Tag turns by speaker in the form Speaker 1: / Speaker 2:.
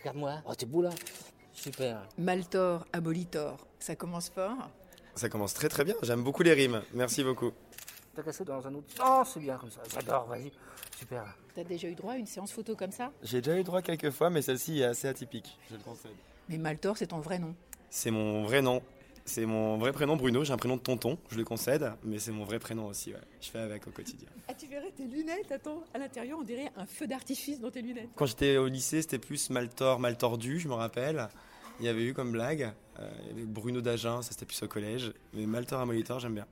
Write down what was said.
Speaker 1: Regarde-moi. Oh, t'es beau là. Super.
Speaker 2: Maltor, abolitor, ça commence fort.
Speaker 3: Ça commence très très bien, j'aime beaucoup les rimes. Merci beaucoup.
Speaker 1: T'as cassé dans un autre sens, c'est bien comme ça. J'adore, vas-y. Super.
Speaker 2: T'as déjà eu droit à une séance photo comme ça
Speaker 3: J'ai déjà eu droit quelques fois, mais celle-ci est assez atypique, je le conseille.
Speaker 2: Mais Maltor, c'est ton vrai nom.
Speaker 3: C'est mon vrai nom. C'est mon vrai prénom Bruno, j'ai un prénom de tonton, je le concède, mais c'est mon vrai prénom aussi, ouais. je fais avec au quotidien.
Speaker 4: Ah, tu verrais tes lunettes, attends, à l'intérieur on dirait un feu d'artifice dans tes lunettes.
Speaker 3: Quand j'étais au lycée, c'était plus mal tort, mal tordu, je me rappelle. Il y avait eu comme blague, euh, il y avait Bruno d'Agen, ça c'était plus au collège, mais mal tort à molitor, j'aime bien.